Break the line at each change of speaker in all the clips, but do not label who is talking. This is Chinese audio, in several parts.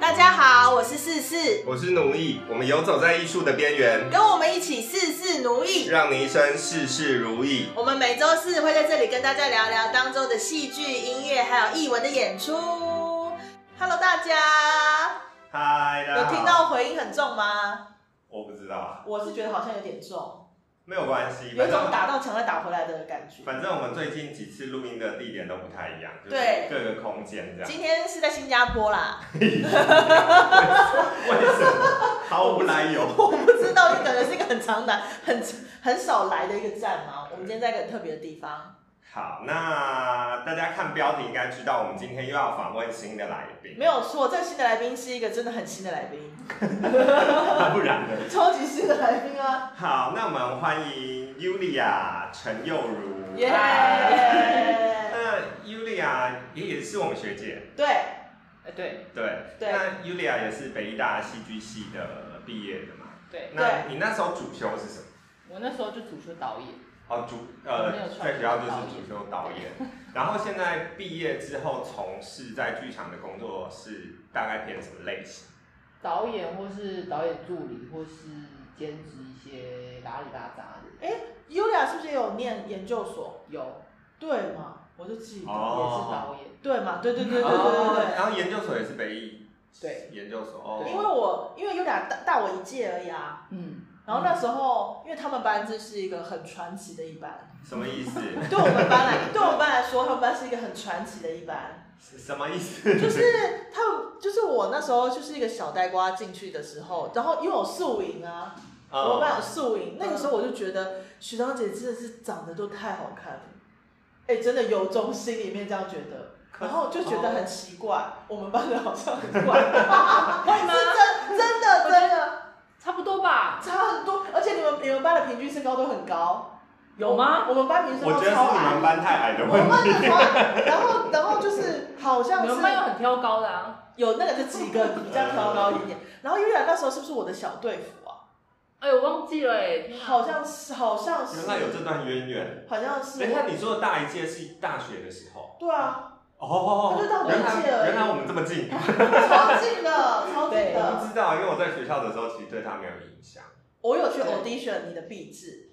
大家好，我是四四，
我是奴役，我们游走在艺术的边缘，
跟我们一起事事奴役。
让你一生事事如意。
我们每周四会在这里跟大家聊聊当周的戏剧、音乐还有艺文的演出。Hello，大家，
嗨，大
有听到？回音很重吗？
我不知道啊，
我是觉得好像有点重，
没有关系，
有一
反
种
正
打到墙再打回来的感觉。
反正我们最近几次录音的地点都不太一样，就是
对
各个空间这样。
今天是在新加坡啦，
为什么？毫无来由。
我不知道，就感觉是一个很常来、很很少来的一个站嘛。我们今天在一个很特别的地方，
好，那大家看标题应该知道，我们今天又要访问新的来宾，
没有错，这个新的来宾是一个真的很新的来宾，
不然呢？
超级新的来宾啊。
好，那我们欢迎 Yulia 陈佑如。
耶、
嗨 那 Yulia 也是我们学姐，
对，
呃，对
对，
对
那 Yulia 也是北医大戏剧系的毕业的嘛。
对，
那你那时候主修是什么？
我那时候就主修导演，
哦，主
没有
呃，
创
在
作
学校就是主修导演， 然后现在毕业之后从事在剧场的工作是大概偏什么类型？
导演或是导演助理，或是兼职一些拉里拉杂
哎
的，
，Yulia 是不是也有念研究所？
有
对嘛，我就记得，
哦
也是导演，
对嘛，对对对对对对对。
然后研究所也是北艺，
对，
研究所哦，
因为我因为 Yulia 大大我一届而已啊，
嗯，
然后那时候因为他们班真是一个很传奇的一班，
什 么意思？
对我们班来对我们班来说，他们班是一个很传奇的一班，
什么意思？
就是他们就是我那时候就是一个小呆瓜进去的时候，然后因为我宿营啊， 我们班有
哦
宿营，那个时候我就觉得徐长姐真的是长得都太好看了，哎、真的由衷心里面这样觉得，
可
然后就觉得很奇怪，我们班的好像很怪，会吗？真真的真的
差不多吧，
差很多，而且你们你们班的平均身高都很高，
有吗？
我们班平均身
我
高
觉得是
超
你们
矮，
班太矮的
我
问
们班
题。
的 超矮，然后然后就是好像
你们班有
是
很挑高的啊？
有那个就几个比较高高一点，
嗯
然后优雅那时候是不是我的小队服啊？
哎，我忘记了，哎，天啊
好像是好像是
原来有这哎段渊源。
好像
等
是
一下，你说的大一届是大学的时候
对啊。
哦
他就大学一
原
届
来
而已
原来我们这么近，
超近的，超近
我不
的。
知道，因为我在学校的时候其实对他没有印象。
我有去 audition 你的壁纸，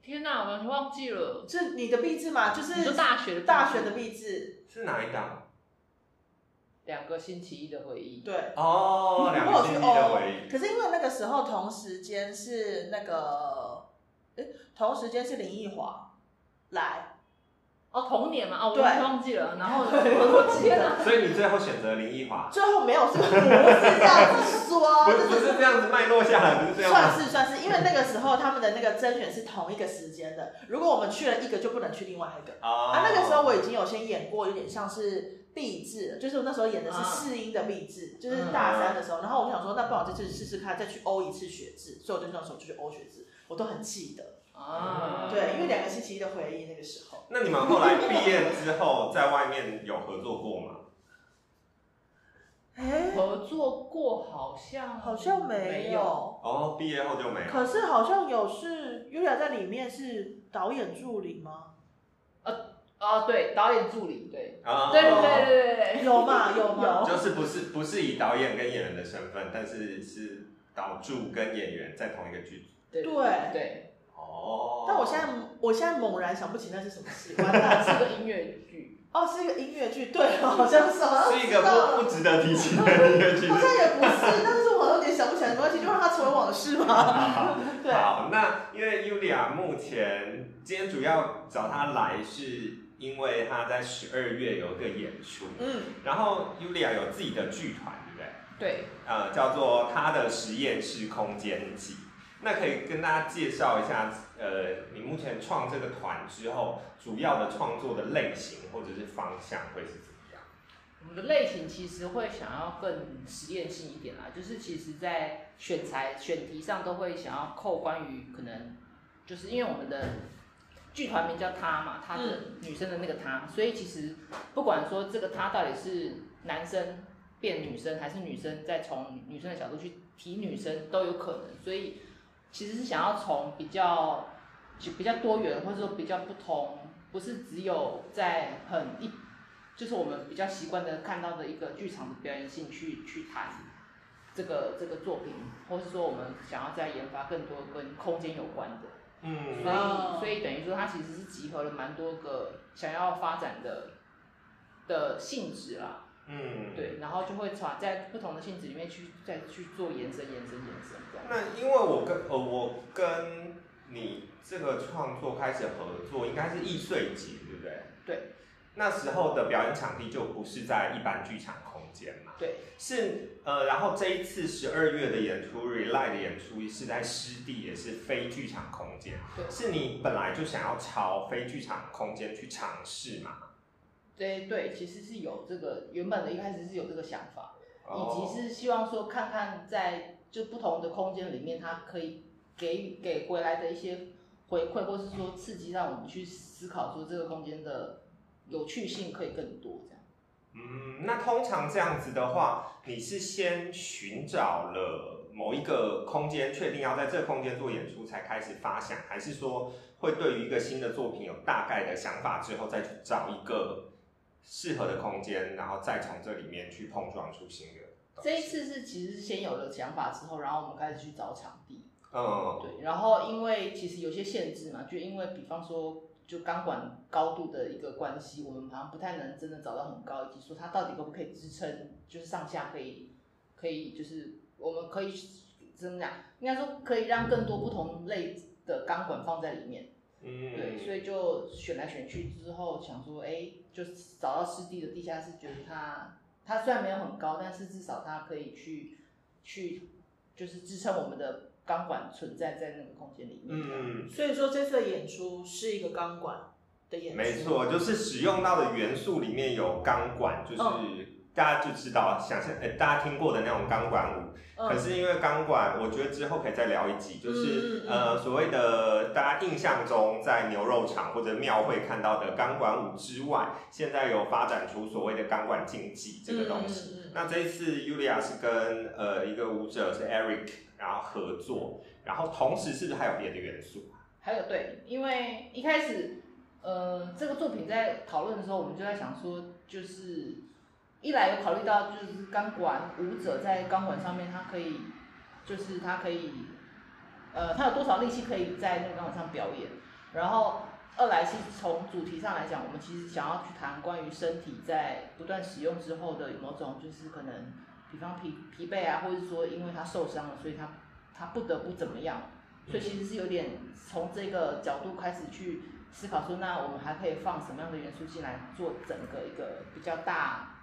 天哪，我完全忘记了，
是你的壁纸嘛？就是
你说大学的
大学的壁纸，
是哪一档？
两个星期一的回忆，
对。
哦，两个星期的回忆。
可是因为那个时候同时间是那个，诶，同时间是林奕华来，
哦，同年嘛，哦，我
对
完全忘记了，然后我说天哪，
所以你最后选择林奕华，
最后没有，是不是这样子说？
不
就
不是这样子脉络下来，不是这样啊
算
吗？
是算是，因为那个时候他们的那个甄选是同一个时间的，如果我们去了一个，就不能去另外一个。
哦
啊，那个时候我已经有先演过，有点像是励志，就是我那时候演的是
啊
试音的励志，就是大三的时候。然后我就想说，那不然我这次试试看，再去欧一次学制。所以我就那时候就去欧学制，我都很记得。
啊，
对，因为两个星期一的回忆，那个时候
那你们后来毕业之后，在外面有合作过吗？
合作过好像
好像没
没，
有，
哦，毕业后就没有。
可是好像有是 Yulia 在里面是导演助理吗？
哦，对，导演助理，对，
哦
对对对对对。
有嘛有嘛，
就是不是不是以导演跟演员的身份，但是是导助跟演员在同一个剧组。
对
对
对，
哦，
但我现在我现在猛然想不起那是什么事，完
它
蛋
是个音乐剧，
哦，是一个音乐剧，对，好像是，好像
是一个
知道了
不不值得提起的音乐剧
好。像也不是，但是我有点想不起来，没关系，就让它成为往事嘛。 对，
好，那因为 Yulia 目前今天主要找她来，是因为她在十二月有一个演出，
嗯，
然后 Yulia 有自己的剧团，对不对？
对，
呃，叫做她的实验室空间记。那可以跟大家介绍一下，呃，你目前创这个团之后，主要的创作的类型或者是方向会是怎么样？
我们的类型其实会想要更实验性一点啦，就是其实在选材选题上都会想要扣关于可能，就是因为我们的剧团名叫她嘛，她的、女生的那个她，所以其实不管说这个她到底是男生变女生，还是女生再从女生的角度去提女生都有可能，所以其实是想要从比较就比较多元，或者说比较不同，不是只有在很一就是我们比较习惯的看到的一个剧场的表演性去去谈这个这个作品，或是说我们想要再研发更多跟空间有关的。
嗯
所
哦
以所以等于说它其实是集合了蛮多个想要发展的的性质啦，
嗯，。
对，然后就会从在不同的性质里面去再去做延伸、延伸、延伸这样。
那因为我跟呃我跟你这个创作开始合作，应该是易碎节，对不对？
对。
那时候的表演场地就不是在一般剧场空间嘛，
对，
是呃，然后这一次十二月的演出 r e l i e 的演出是在湿地，也是非剧场空间，
对
是你本来就想要朝非剧场空间去尝试嘛，
对对，其实是有这个原本的一开始是有这个想法，以及
是
是希望说看看在就不同的空间里面，它可以给给回来的一些回馈，或是说刺激，让我们去思考说这个空间的有趣性可以更多这样。
嗯，那通常这样子的话，你是先寻找了某一个空间，确定要在这个空间做演出才开始发想，还是说会对于一个新的作品有大概的想法之后，再去找一个适合的空间，然后再从这里面去碰撞出新的东西？
这一次是其实是先有了想法之后，然后我们开始去找场地，
嗯，
对，然后因为其实有些限制嘛，就因为比方说就钢管高度的一个关系，我们好像不太能真的找到很高，以及说它到底可不可以支撑，就是上下可以可以就是我们可以怎么讲，应该说可以让更多不同类的钢管放在里面，
嗯，
对，所以就选来选去之后想说，哎，就找到湿地的地下室，觉得它它虽然没有很高，但是至少它可以去去就是支撑我们的钢管存在在那个空间里面。这样
嗯，
所以说这次的演出是一个钢管的演出，
没错，就是使用到的元素里面有钢管，就是。
哦
大家就知道，想象呃，大家听过的那种钢管舞，
嗯，
可是因为钢管，我觉得之后可以再聊一集，就是
嗯嗯嗯
呃所谓的大家印象中在牛肉场或者庙会看到的钢管舞之外，现在有发展出所谓的钢管竞技这个东
嗯
西。
嗯嗯
那这一次 Yulia 是跟呃一个舞者是 Eric，然后合作，然后同时是不是还有别的元素？
还有对，因为一开始，呃，这个作品在讨论的时候，我们就在想说，就是一来有考虑到就是钢管舞者在钢管上面，他可以，就是他可以，呃，他有多少力气可以在那个钢管上表演，然后。二来是从主题上来讲，我们其实想要去谈关于身体在不断使用之后的某种，就是可能，比方疲疲惫啊，或者说因为他受伤了，所以他他不得不怎么样，所以其实是有点从这个角度开始去思考说，那我们还可以放什么样的元素进来做整个一个比较大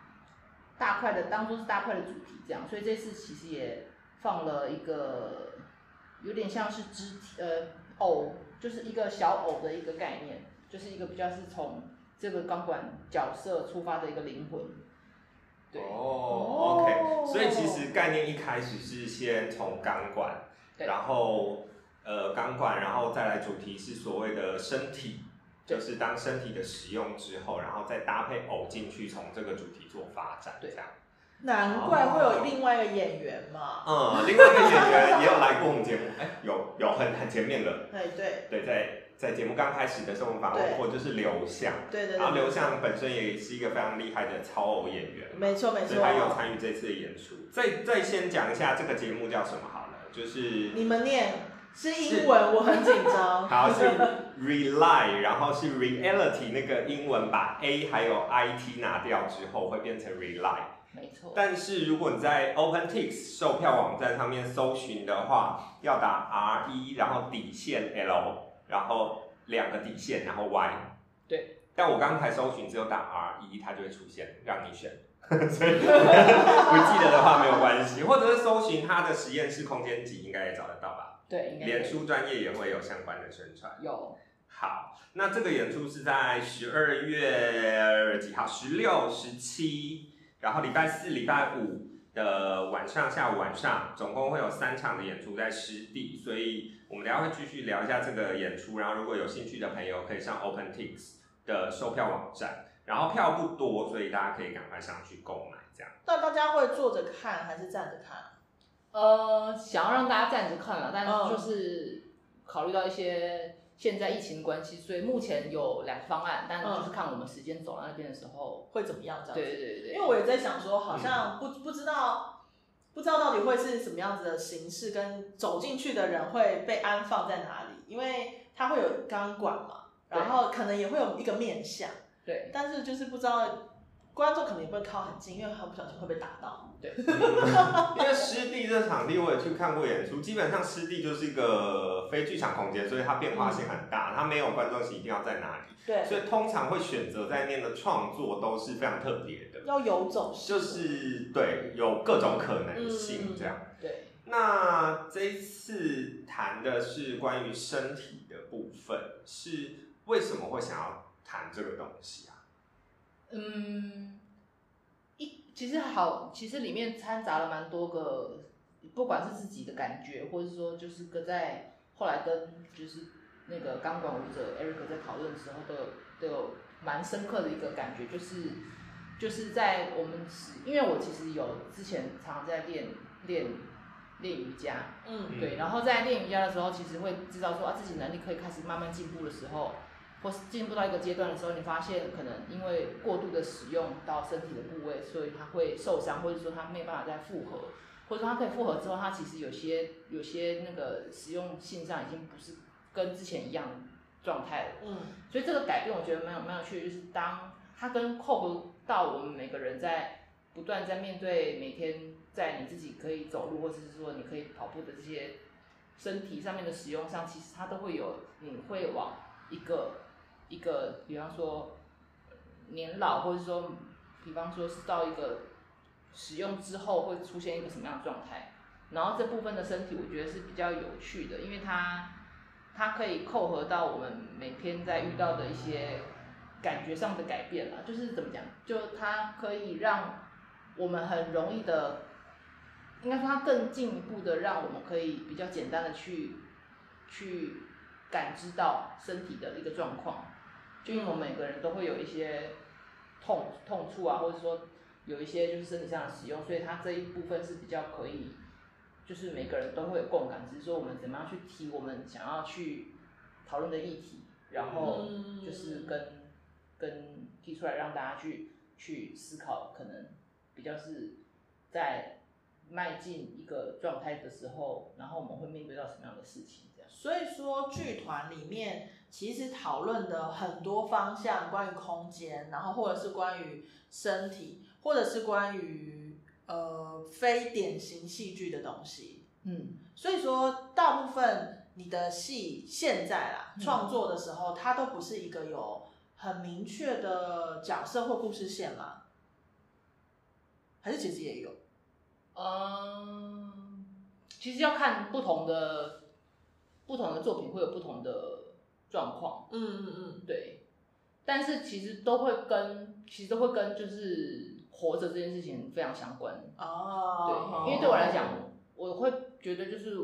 大块的，当做是大块的主题这样。所以这次其实也放了一个有点像是肢体呃偶，就是一个小偶的一个概念，就是一个比较是从这个钢管角色出发的一个灵魂。对
哦，OK，
哦
所以其实概念一开始是先从钢管，
对
然后呃钢管，然后再来主题是所谓的身体，
对
就是当身体的使用之后，然后再搭配偶进去，从这个主题做发展，
对
这样。
嗯难怪会有另外一个演员嘛，
嗯，另外一个演员也有来过我们节目， 哎，有有很很前面了，
哎对
对，在在节目刚开始的时候我们访问
对
过，就是刘向，
对对
然后
对，
刘向本身也是一个非常厉害的超偶演员，
没错没
所以他有
错，
参与这次的演出。再再先讲一下这个节目叫什么好了，就是
你们念是英文，我很紧张，
好是 rely，然后是 reality 那个英文把 a 还有 i t 拿掉之后会变成 rely。
没错，
但是如果你在 OpenTix 售票网站上面搜寻的话，要打 r 一，然后底线 l，然后两个底线，然后 y。
对。
但我刚才搜寻只有打 r 一，它就会出现让你选。 所以不记得的话没有关系，或者是搜寻它的实验室空间集，应该也找得到吧？
对，应该
脸
可以
书专业也会有相关的宣传。
有
好，那这个演出是在十二月几号？十六、十七，然后礼拜四、礼拜五的晚上、下午、晚上，总共会有三场的演出在湿地，所以我们等一下会继续聊一下这个演出。然后，如果有兴趣的朋友，可以上 OpenTix 的售票网站，然后票不多，所以大家可以赶快上去购买。这样，
那大家会坐着看还是站着看？
呃，想要让大家站着看了，但是
嗯
就是考虑到一些现在疫情关系，所以目前有两个方案，但就是看我们时间走到那边的时候，
会怎么嗯样这样子？
对对对对，
因为我也在想说，
嗯
好像不、不知道，不知道到底会是什么样子的形式，跟走进去的人会被安放在哪里，因为它会有钢管嘛，
对
然后可能也会有一个面相，
对
但是就是不知道观众可能也不会靠很近，因为他不小心会被打到。
因为湿地这场地我也去看过演出，基本上湿地就是一个非剧场空间，所以它变化性很大，它没有观众席一定要在哪里，
对，
所以通常会选择在那边的创作都是非常特别的，
要游走式
就是对有各种可能性
嗯
这样。
对，
那这一次谈的是关于身体的部分，是为什么会想要谈这个东西啊？
嗯，一其实好，其实里面掺杂了蛮多个，不管是自己的感觉，或者说就是跟在后来跟就是那个钢管舞者 Eric 在讨论的时候，都有都有蛮深刻的一个感觉，就是就是在我们是因为我其实有之前常常在练练练瑜伽，
嗯，
对，然后在练瑜伽的时候，其实会知道说啊，自己能力可以开始慢慢进步的时候，或是进步到一个阶段的时候，你发现可能因为过度的使用到身体的部位，所以它会受伤，或者说它没有办法再复合，或者说它可以复合之后，它其实有些有些那个使用性上已经不是跟之前一样的状态了。
嗯，
所以这个改变我觉得蛮有蛮有趣的，就是当它跟扣到我们每个人在不断在面对每天在你自己可以走路或者是说你可以跑步的这些身体上面的使用上，其实它都会有你会往一个一个，比方说年老，或者说比方说是到一个使用之后会出现一个什么样的状态。然后这部分的身体，我觉得是比较有趣的，因为它它可以扣合到我们每天在遇到的一些感觉上的改变啦，就是怎么讲，就它可以让我们很容易的，应该说它更进一步的让我们可以比较简单的去去感知到身体的一个状况，就因为我们每个人都会有一些痛痛处啊，或者说有一些就是身体上的使用，所以它这一部分是比较可以，就是每个人都会有共感，只是说我们怎么样去提我们想要去讨论的议题，然后
嗯
就是跟跟提出来让大家去去思考，可能比较是在迈进一个状态的时候，然后我们会面对到什么样的事情，这样。
所以说剧团里面其实讨论的很多方向，关于空间，然后或者是关于身体，或者是关于呃非典型戏剧的东西。
嗯，
所以说，大部分你的戏现在啦
嗯
创作的时候，它都不是一个有很明确的角色或故事线嘛，还是其实也有。
嗯，其实要看不同的不同的作品会有不同的状况，
嗯嗯嗯，
对，但是其实都会跟其实都会跟就是活着这件事情非常相关，
哦，
对，因为对我来讲，我会觉得就是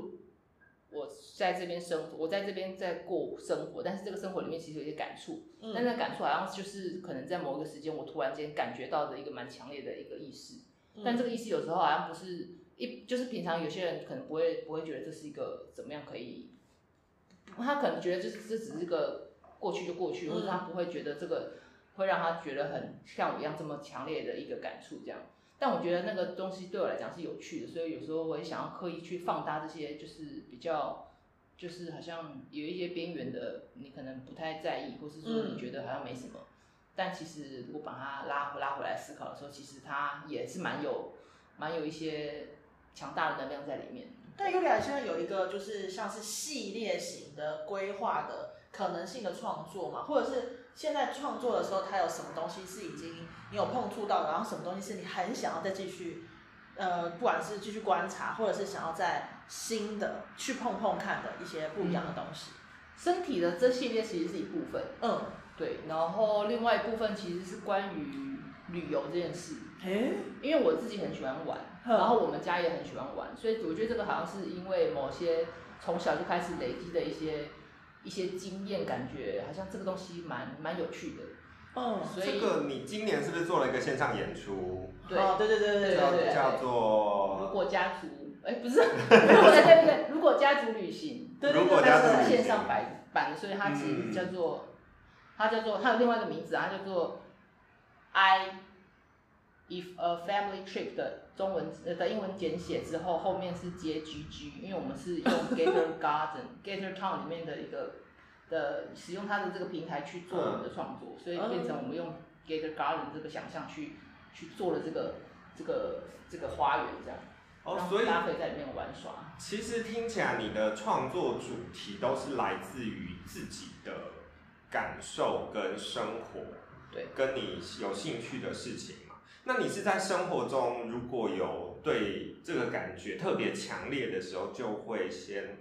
我在这边生活，我在这边在过生活，但是这个生活里面其实有一些感触，
嗯，
但那感触好像就是可能在某一个时间，我突然间感觉到的一个蛮强烈的一个意识。
嗯
但这个意思有时候好像不是一，就是平常有些人可能不会不会觉得这是一个怎么样可以，他可能觉得这这只是个过去就过去，
嗯
或者他不会觉得这个会让他觉得很像我一样这么强烈的一个感触这样。但我觉得那个东西对我来讲是有趣的，所以有时候我也想要刻意去放大这些，就是比较，就是好像有一些边缘的，你可能不太在意，或是说
嗯
你觉得好像没什么，但其实如果把它拉拉回来思考的时候，其实它也是蛮有蛮有一些强大的能量在里面。
但优雅现在有一个就是像是系列型的规划的可能性的创作嘛，或者是现在创作的时候，它有什么东西是已经你有碰触到的，然后什么东西是你很想要再继续，呃，不管是继续观察，或者是想要在新的去碰碰看的一些不一样的东西。
身体的这系列其实是一部分，
嗯，
对，然后另外一部分其实是关于旅游这件事。
诶、
因为我自己很喜欢玩，
嗯
然后我们家也很喜欢玩，所以我觉得这个好像是因为某些从小就开始累积的一些一些经验，感觉好像这个东西蛮蛮有趣的，
嗯，
所
这
以
个你今年是不是做了一个线上演出？
对
哦，对对对对
对对
叫
对
叫
如
做
果家 族哎不是，如果对对对，如果家族旅行
对对对
如果
对
家
它
族旅
是
对
行
线上百版的，所以它其
嗯
实叫做、它叫做它有另外一个名字啊，它叫做 I If a Family Trip 的中文呃的英文简写之后，后面是接 GG，因为我们是 用 Gator Garden Gator Town 里面的一个的使用它的这个平台去做我们的
嗯
创作，所以变成我们用 Gator Garden 这个想象去去做了这个这个这个花园这样，
哦
然，后
所以
大家可以在里面玩耍。
其实听起来你的创作主题都是来自于自己的感受跟生活，
对，
跟你有兴趣的事情嘛。那你是在生活中如果有对这个感觉特别强烈的时候，就会先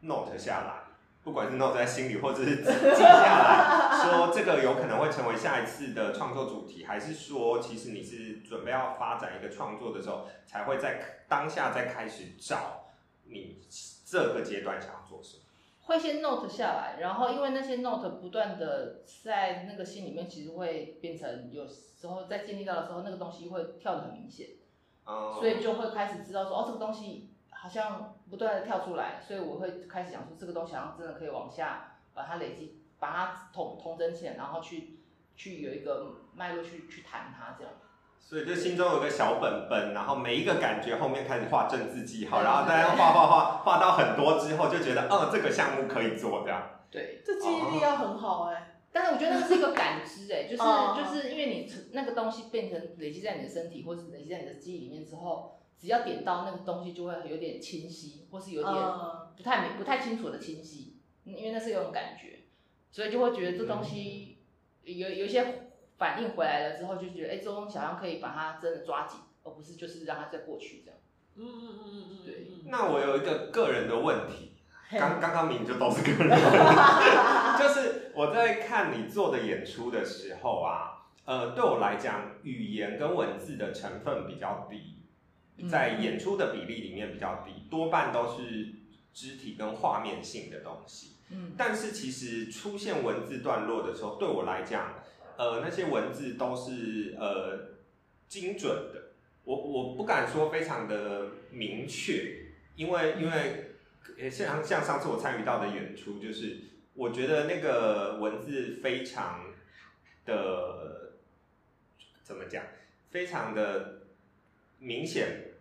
note 下来，不管是 note 在心里，或者是记下来，说这个有可能会成为下一次的创作主题，还是说其实你是准备要发展一个创作的时候，才会在当下再开始找你这个阶段想要做什么？
会先 note 下来，然后因为那些 note 不断的在那个心里面，其实会变成有时候在经历到的时候，那个东西会跳得很明显，
嗯，
所以就会开始知道说，哦，这个东西好像不断的跳出来，所以我会开始想说，这个东西好像真的可以往下把它累积，把它统统整起来，然后去去有一个脉络去去谈它这样。
所以就心中有个小本本，然后每一个感觉后面开始画正字记号，然后大家画画画画到很多之后，就觉得嗯这个项目可以做这样。
对，
这记忆力要很好哎、
但是我觉得那个是一个感知、哎，就是
哦
就是因为你那个东西变成累积在你的身体，或是累积在你的记忆里面之后，只要点到那个东西，就会有点清晰，或是有点
嗯
不太明、不太清楚的清晰，嗯因为那是一种感觉，所以就会觉得这东西有有一些反应回来了之后，就觉得哎、这东西好像可以把它真的抓紧，而不是就是让它再过去这样。
嗯嗯嗯嗯，
对
嗯
那我有一个个人的问题，
嘿
刚刚刚明明就都是个 人的问题，就是我在看你做的演出的时候啊，呃，对我来讲，语言跟文字的成分比较低，
嗯
在演出的比例里面比较低，多半都是肢体跟画面性的东西。
嗯，
但是其实出现文字段落的时候，对我来讲，呃，那些文字都是呃精准的，我我不敢说非常的明确，因为因为呃像像上次我参与到的演出，就是我觉得那个文字非常的怎么讲，非常的明显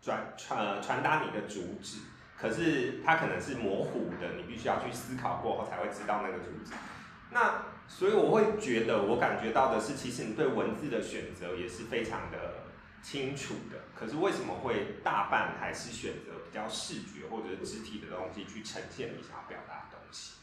转传呃传达你的主旨。可是它可能是模糊的，你必须要去思考过后才会知道那个主旨。那所以我会觉得，我感觉到的是，其实你对文字的选择也是非常的清楚的。可是为什么会大半还是选择比较视觉或者是肢体的东西去呈现你想要表达的东西？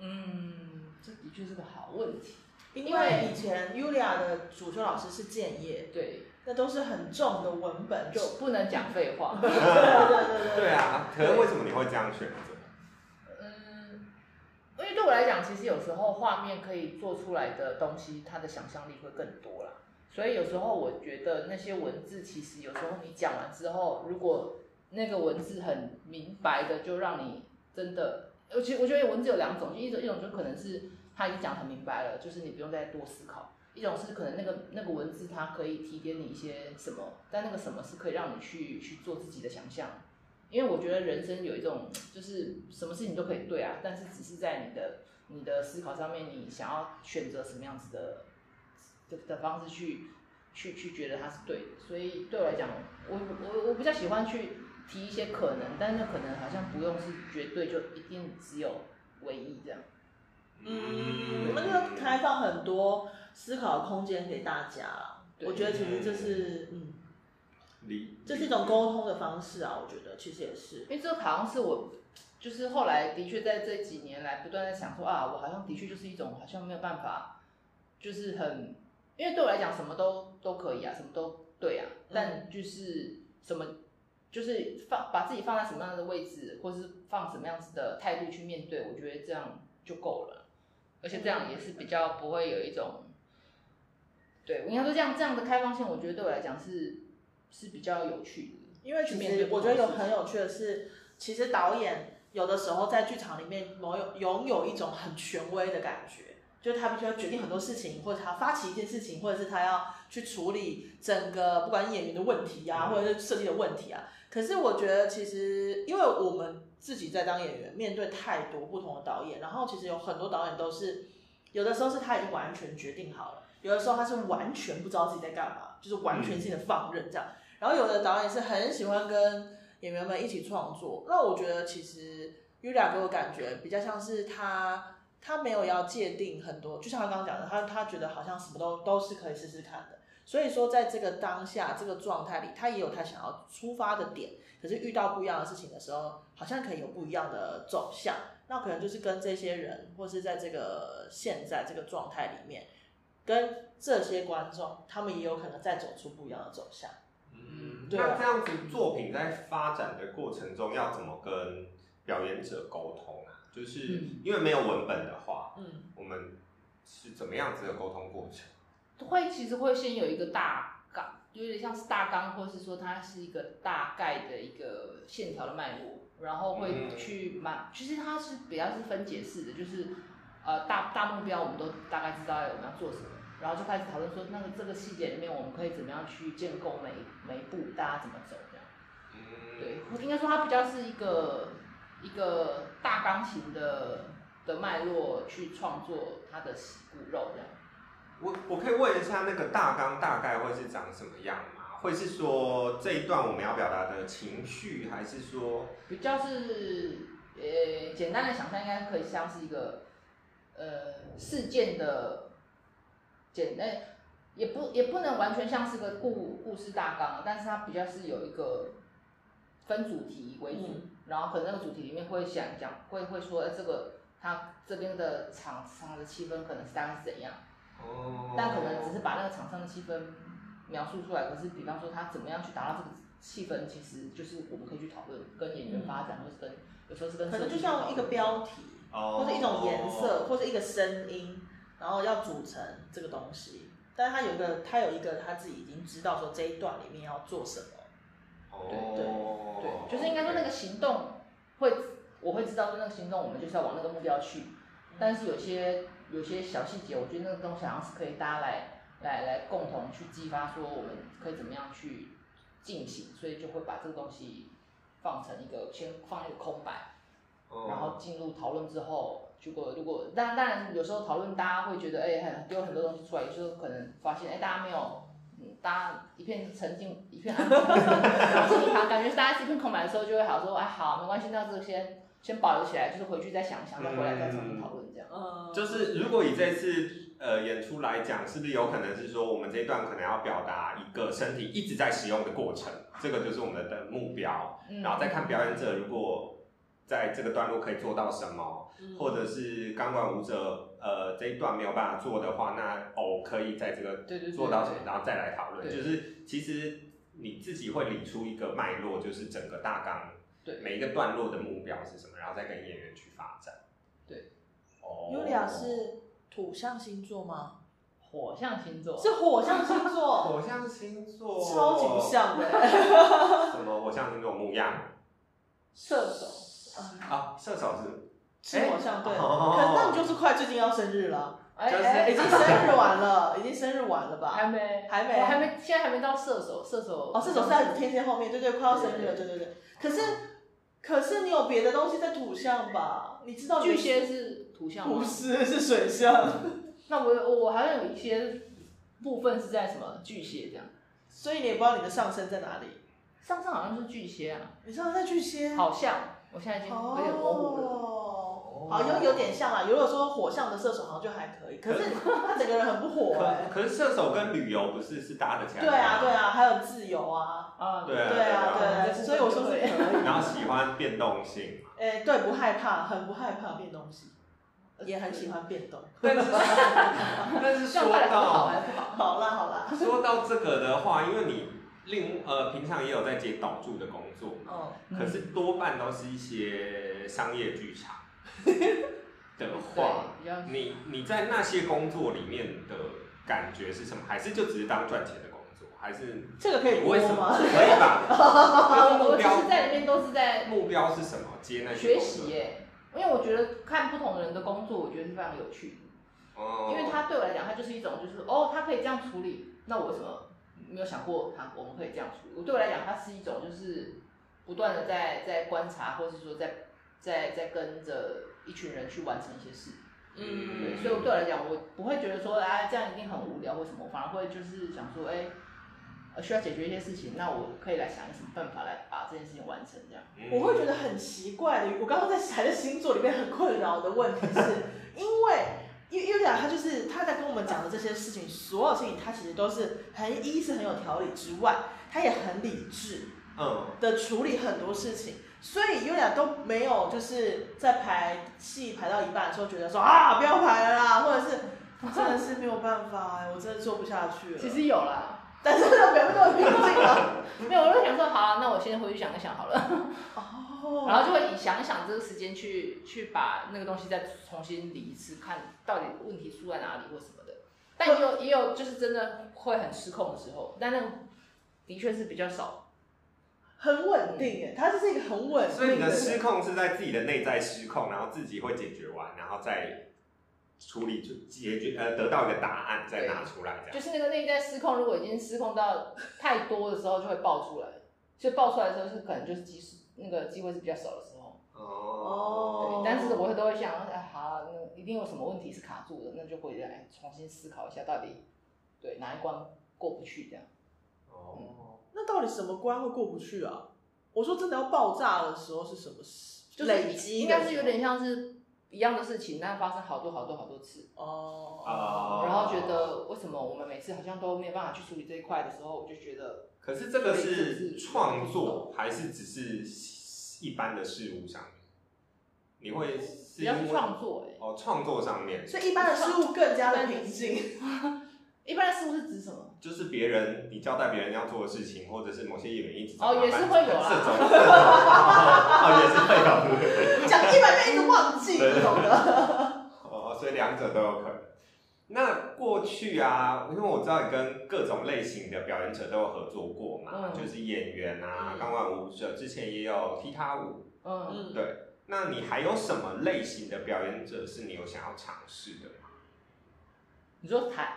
嗯，这的确是个好问题。
因为以前 Yulia 的主修老师是建业，
对，
那都是很重的文本，
就不能讲废 话。
对对对
对啊，可是为什么你会这样选择？
嗯，因为对我来讲，其实有时候画面可以做出来的东西，它的想象力会更多啦。所以有时候我觉得那些文字，其实有时候你讲完之后，如果那个文字很明白的，就让你真的，尤其我觉得文字有两种，就一种一种就可能是他已经讲得很明白了，就是你不用再多思考；一种是可能那个那个文字它可以提点你一些什么，但那个什么是可以让你去去做自己的想象。因为我觉得人生有一种就是什么事情都可以对啊，但是只是在你的你的思考上面，你想要选择什么样子的的的方式去去去觉得它是对的。所以对我来讲，我我我比较喜欢去提一些可能，但是那可能好像不用是绝对，就一定只有唯一这样。
嗯，我们就开放很多思考的空间给大家啦。
对
我觉得其实这是，嗯，
理
这是一种沟通的方式啊。我觉得其实也是，
因为这个好像是我，就是后来的确在这几年来不断在想说啊，我好像的确就是一种好像没有办法，就是很，因为对我来讲什么都都可以啊，什么都对啊，
嗯
但就是什么。就是放把自己放在什么样的位置，或是放什么样子的态度去面对，我觉得这样就够了，而且这样也是比较不会有一种，对我应该说这样这样的开放性，我觉得对我来讲是是比较有趣的。
因为其实我觉得有很有趣的是，其实导演有的时候在剧场里面某有拥有一种很权威的感觉，就是他必须要决定很多事情，或者他发起一件事情，或者是他要去处理整个不管是演员的问题啊，或者是设计的问题啊。可是我觉得其实，因为我们自己在当演员，面对太多不同的导演，然后其实有很多导演都是，有的时候是他已经完全决定好了，有的时候他是完全不知道自己在干嘛，就是完全性的放任这样。然后有的导演是很喜欢跟演员们一起创作，那我觉得其实 Yulia 给我感觉比较像是他。他没有要界定很多，就像他刚刚讲的，他他觉得好像什么都都是可以试试看的。所以说，在这个当下这个状态里，他也有他想要出发的点，可是遇到不一样的事情的时候，好像可以有不一样的走向。那可能就是跟这些人，或是在这个现在这个状态里面，跟这些观众，他们也有可能再走出不一样的走向。
嗯，
对
那
啊
这样子作品在发展的过程中要怎么跟表演者沟通啊？就是
嗯
因为没有文本的话，
嗯，
我们是怎么样子的沟通过程？
会其实会先有一个大纲，有点像是大纲，或是说它是一个大概的一个线条的脉络，然后会
嗯
去满，其实它是比较是分解式的，就是呃大大目标我们都大概知道我们要做什么，然后就开始讨论说那个这个细节里面我们可以怎么样去建构每每一步大家怎么走这样。
嗯，
对，我应该说它比较是一个一个大纲型的的脉络去创作它的骨肉这样。
我我可以问一下那个大纲大概会是长什么样吗？会是说这一段我们要表达的情绪，还是说
比较是呃简单的想象，应该可以像是一个呃事件的简单，也不也不能完全像是个故故事大纲啊，但是它比较是有一个分主题为主，
嗯
然后可能那个主题里面会想讲，会会说、呃、这个它这边的场场的气氛可能是大概是怎样，
哦，
但可能只是把那个场上的气氛描述出来。可是，比方说他怎么样去达到这个气氛，其实就是我们可以去讨论跟演员发展，或是跟有时候是跟
嗯可能
设
就
计去讨
像
论
一个标题，
哦
或者一种颜色，或者一个声音，然后要组成这个东西。但是他有一个，他有一个他自己已经知道说这一段里面要做什么。
哦，
对，就是应该说那个行动会，我会知道说那个行动我们就是要往那个目标去。
嗯
但是有些有些小细节，我觉得那个东西好像是可以大家来来来共同去激发，说我们可以怎么样去进行，所以就会把这个东西放成一个先放一个空白。
哦，
然后进入讨论之后，结果如果但当然有时候讨论大家会觉得哎、很丢很多东西出来，有时候可能发现哎、大家没有，嗯，大家一片沉静一片安静，然后平常感觉是大家是一片空白的时候，就会好说哎、好没关系，那这个先先保留起来，就是回去再想一想，再回来再
嗯
重新讨论这样。
呃，
就是如果以这次呃演出来讲，是不是有可能是说我们这一段可能要表达一个身体一直在使用的过程，这个就是我们的目标，
嗯，
然后再看表演者如果在这个段落可以做到什么，
嗯
或者是钢管舞者呃这一段没有办法做的话，那偶可以在这个
对对对
做到什么，然后再来讨论，
对
就是其实你自己会理出一个脉络，就是整个大纲。
对
每一个段落的目标是什么，然后再跟演员去发展。
对，
哦
Yulia 是土象星座吗？
火象星座，
是火象星座，
火象星座，
超级不像的、
哦什么火象星座牧
啊
羊
射手
啊，射手是
是火象对，
哦
可那你就是快最近要生日了，
哎
就是
哎
已经生日完了，已经生日完了吧？
还没
还没啊
我还没，现在还没到射手，射手
哦，射手是在天蝎后面，对对，快要生日了，对对对。可是可是你有别的东西在土象吧？你知道你
巨蟹是土象吗
不？是是水象，
那我我好像有一些部分是在什么巨蟹这样，
所以你也不知道你的上升在哪里。
上升好像是巨蟹啊，
你上升在巨蟹，
好像我现在已经有点模糊了。
哦，好像有点像啦。如果说火象的射手好像就还可以，可是他整个人很不火哎、
可可是射手跟旅游不是是搭得起来
对
的吗
啊，对，啊，还有自由啊，
啊，
对
对啊，
啊
对啊，
对啊
所以我说是可以。
然后喜欢变动性，
哎，对，不害怕，很不害怕变东西，也很喜欢变动。
但是但是
这样
说
快来不好
到
还不好。
好啦，好啦，
说到这个的话，因为你另呃平常也有在接导助的工作嘛，
嗯，
可是多半都是一些商业剧场 的话，
对，比较
你你在那些工作里面的感觉是什么？还是就只是当赚钱的工作？还是
这个可以
你为
播
什么
吗？
可以 吧？就是
我
目
我其实
标
在里面都是在
目标是什么？接那些
学
工作
习耶，因为我觉得看不同人的工作，我觉得是非常有趣的。
哦，
因为它对我来讲，它就是一种就是哦，它可以这样处理，那我为什么没有想过它我们可以这样处理？我对我来讲，它是一种就是不断的在在观察，或是说在在在跟着一群人去完成一些事。对，所以我对我来讲，我不会觉得说啊这样一定很无聊或什么，我反而会就是想说，哎、呃需要解决一些事情，那我可以来想什么办法来把这件事情完成这样。
嗯
我会觉得很奇怪的。我刚刚在还在星座里面很困扰的问 题是，因为因因为他就是他在跟我们讲的这些事情，所有事情他其实都是很一是很有条理之外，他也很理智
嗯，
的处理很多事情。所以优雅都没有就是在排戏排到一半的时候，觉得说啊不要排了啦，或者是真的是没有办法、哎，我真的做不下去了。
其实有啦，
但是呢，没有那么平静了。
没有，我就想说，好、啊，那我现在回去想一想好了，
哦，
然后就会以想一想这个时间去去把那个东西再重新理一次，看到底问题出在哪里或什么的。但也有也有就是真的会很失控的时候，但那个的确是比较少。
很稳定哎，他就是一个很稳定
所以你的
人
失控是在自己的内在失控，然后自己会解决完，然后再处理就解决呃得到一个答案再拿出来这
就
样。
是那个内在失控，如果已经失控到太多的时候，就会爆出来。所以爆出来的时候是可能就是机是那个机会是比较少的时候。对，
哦
但是我都会想，哎，好啊，那一定有什么问题是卡住的，那就回来哎重新思考一下，到底对哪一关过不去这样。
哦，
那到底什么关会过不去啊？我说真的要爆炸的时候是什么事？
就是
累积
应
的时候
该是有点像是一样的事情，但发生好多好多好多次，
哦
啊哦
然后觉得为什么我们每次好像都没有办法去处理这一块的时候，我就觉得
可是这个是创作还是只是一般的事物上面？你会是
只
因
要是
为
创作、哎，
哦创作上面，
所以一般的事物更加的平静。
一般的事物是指什么？
就是别人你交代别人要做的事情，或者是某些演员一直
哦也是会有
这
啦
种哦也是会有。
你 讲一百遍一直忘记，
对
你懂的。
哦，所以两者都有可能。那过去啊，因为我知道你跟各种类型的表演者都有合作过嘛，
嗯
就是演员啊、
嗯
钢管舞者，之前也有踢踏舞。
嗯，
嗯，
对，那你还有什么类型的表演者是你有想要尝试的吗？
你说台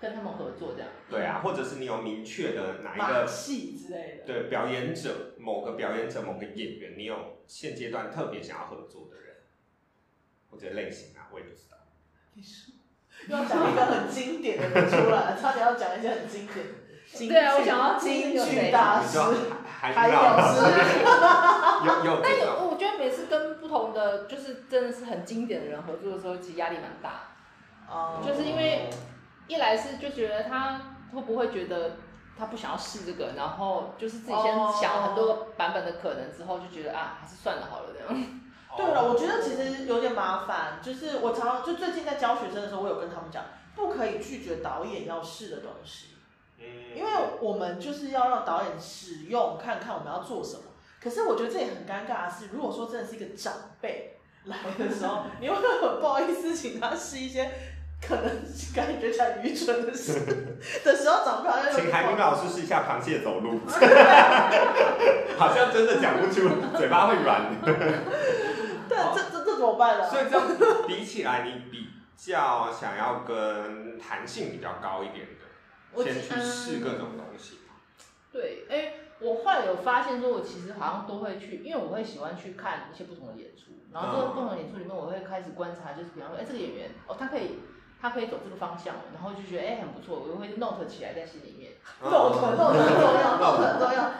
跟他们合作这样，
对啊，或者是你有明确的哪
嗯
一
马
个
戏之类的。
对表演者、某个表演者、某个演员，你有现阶段特别想要合作的人，或者类型啊，我也不知道。
你说要讲一个很经典的名出来，差点要讲一些很经典的。京剧
对啊我想要听
京
有谁
剧大
你
师
说，还
还
还
有
老师
是
有有
但
这种。
有，我觉得每次跟不同的，就是真的是很经典的人合作的时候，其实压力蛮大。
哦
就是因为一来是就觉得他会不会觉得他不想要试这个，然后就是自己先
哦
想很多个版本的可能之后，就觉得啊，还是算了好了这样。
哦
对了，我觉得其实有点麻烦，就是我常常就最近在教学生的时候，我有跟他们讲，不可以拒绝导演要试的东西。
嗯
因为我们就是要让导演使用，看看我们要做什么。可是我觉得这也很尴尬的是，如果说真的是一个长辈 来的时候，你会很不好意思请他试一些可能感觉起来愚蠢的事 的时候，长辈好像有
请
点
海明
慌
老师试一下螃蟹 走路，好像真的讲不出，嘴巴会软。
对，这这这怎么办呢？啊
所以这样比起来，你比较想要跟弹性比较高一点
我
的，先去试各种东西。
对，哎、我后来有发现说，我其实好像都会去，因为我会喜欢去看一些不同的演出，然后这个不同的演出里面，我会开始观察，就是比方说，哎、这个演员哦，他可以。他可以走这个方向，然后就觉得哎、很不错，我就会 note 起来在心里面，
嗯
弄
啊
成弄成重要，弄成重要。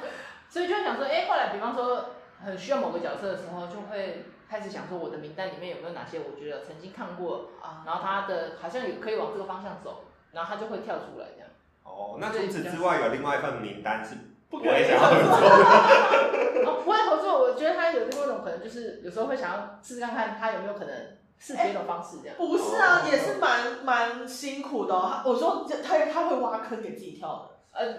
所以就会想说，哎、后来比方说很需要某个角色的时候，就会开始想说我的名单里面有没有哪些我觉得曾经看过，
啊，
然后他的好像也可以往这个方向走，然后他就会跳出来这样。
哦，那除此之外，有另外一份名单是不会想要
合
合
作
作。
然后不会合作，我觉得他有另外一种可能，就是有时候会想要试试看看他有没有可能是别种方式这样。
不是啊，
哦
也是蛮蛮辛苦的哦、他我说这他他会挖坑给自己跳的，
呃，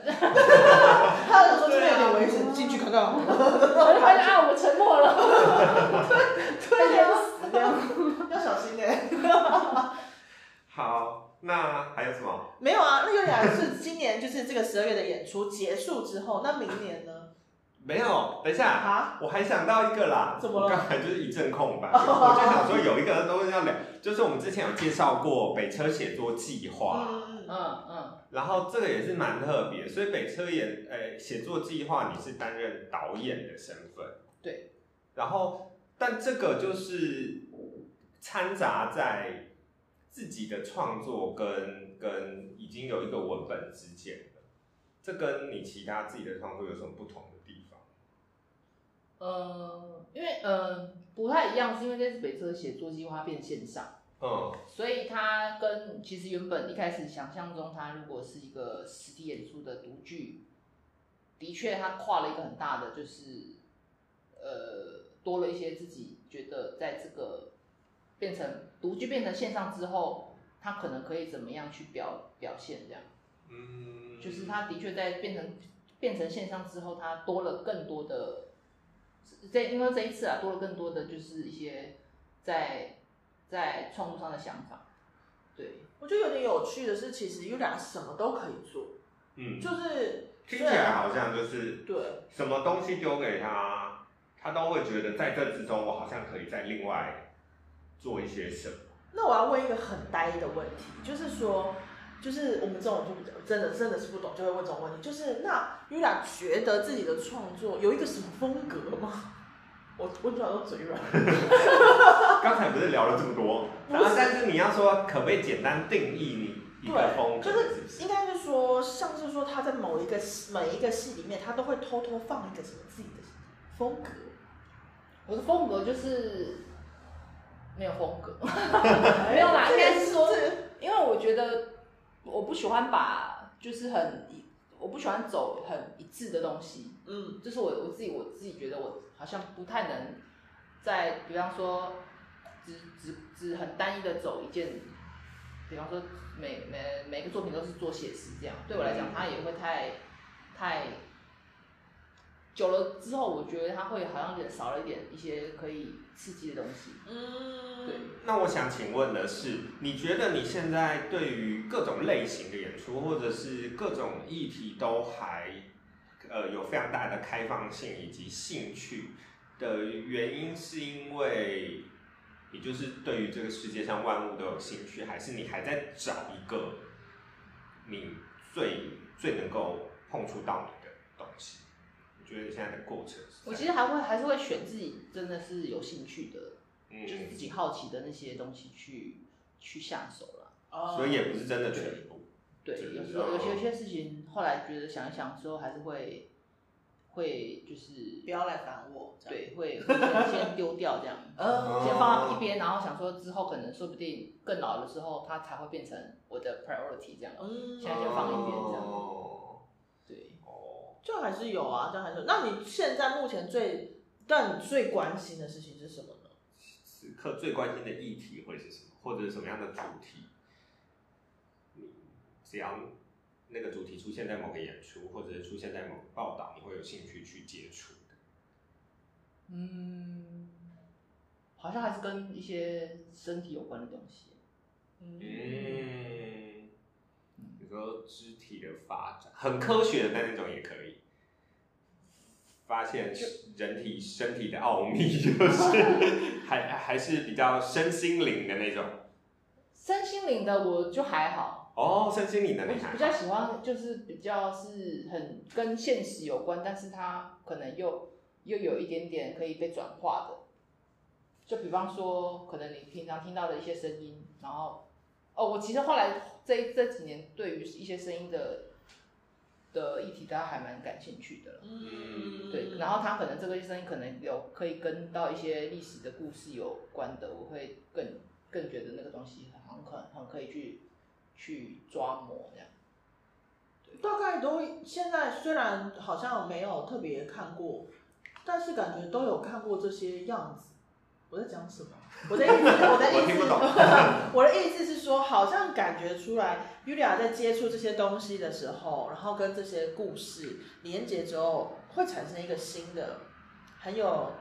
他有时候真的有点危险，进去看看好了。
我就发现啊，我沉默了，
对呀、
啊
要小心哎、
好，那还有什么？
没有啊，那有点是今年就是这个十二月的演出结束之后，那明年呢？
没有，等一下，
啊？
我还想到一个啦，
怎么了
我刚才就是一 阵空白，我就想说有一个东西要聊，就是我们之前有介绍过北车写作计划，
嗯嗯嗯，
嗯嗯，
然后这个也是蛮特别，所以北车也呃写作计划你是担任导演的身份，
对，
然后但这个就是掺杂在自己的创作跟跟已经有一个文本之间的，这跟你其他自己的创作有什么不同的地方？
呃，因为呃不太一样，是因为这次北车写作计划变线上。
嗯
所以它跟其实原本一开始想象中，它如果是一个实体演出的独剧，的确它跨了一个很大的，就是呃多了一些自己觉得在这个变成独剧变成线上之后，它可能可以怎么样去表表现这样。
嗯，
就是它的确在变成变成线上之后，它多了更多的，这因为这一次啊，多了更多的就是一些在在创作上的想法，对，
我觉得有点有趣的是，其实 Yura 什么都可以做，
嗯，
就是
听起来好像就是
对
什么东西丢给他，他都会觉得在这之中，我好像可以再另外做一些什么。
那我要问一个很呆的问题，就是说，就是我们这种就比较真的真的是不懂，就会问这种问题，就是那 Yura 觉得自己的创作有一个什么风格吗？我我主要都嘴软，
刚才不是聊了这么多，
不
然
是
后但是你要说可不可以简单定义你一个
对
风格，
就是
不
应
是？
该是说，像是说他在某一个戏每一个戏里面，他都会偷偷放一个什么自己的风格。
我的风格就是没有风格， 没有啦应该是说
这个
因为我觉得我不喜欢把就是很一我不喜欢走很一致的东西，
嗯
就是我我自己我自己觉得我好像不太能在，比方说只只只很单一的走一件，比方说每每每个作品都是做写实这样，对我来讲它也会太太久了之后，我觉得它会好像有点少了一点一些可以刺激的东西，
嗯，
对。
那我想请问的是，你觉得你现在对于各种类型的演出，或者是各种议题都还呃有非常大的开放性以及兴趣的原因，是因为你就是对于这个世界上万物都有兴趣，还是你还在找一个你最最能够碰触到你的东西？你觉得你现在的过程是在？
我其实还会还是会选自己真的是有兴趣的，
嗯
就是自己好奇的那些东西去去下手了。
哦
所以也不是真的全部。
对，
对
有时候
然
有
后
些有些事情，后来觉得想一想之后，还是会会就是
不要来烦我。这样，
对，会会先先丢掉这样，
呃，
先放到一边，然后想说之后可能说不定更老的时候，它才会变成我的 priority 这样。
嗯，
现在就放一边这样
哦
对，
哦，
就还是有啊，就还是有。那你现在目前最让你最关心的事情是什么呢？
此刻最关心的议题会是什么，或者是什么样的主题？你只要那个主题出现在某个演出，或者是出现在某个报道，你会有兴趣去接触的。
嗯，好像还是跟一些身体有关的东西。啊
嗯，
嗯，比如说肢体的发展，很科学的那种也可以。发现人体身体的奥秘，就是 还还是比较身心灵的那种。
身心灵的我就还好，
哦，身心灵的
我
你还好
比较喜欢就是比较是很跟现实有关，但是它可能又又有一点点可以被转化的。就比方说，可能你平常听到的一些声音，然后哦，我其实后来这这几年对于一些声音的的议题，大家还蛮感兴趣的了。
嗯
对，然后它可能这个声音可能有可以跟到一些历史的故事有关的，我会更更觉得那个东西很可很可以去去抓摸这样。
大概都现在虽然好像没有特别看过，但是感觉都有看过这些样子。我在讲什么？我的意思，我的意思，
我听不懂
我的意思是说，好像感觉出来，Yulia 在接触这些东西的时候，然后跟这些故事连接之后，会产生一个新的，很有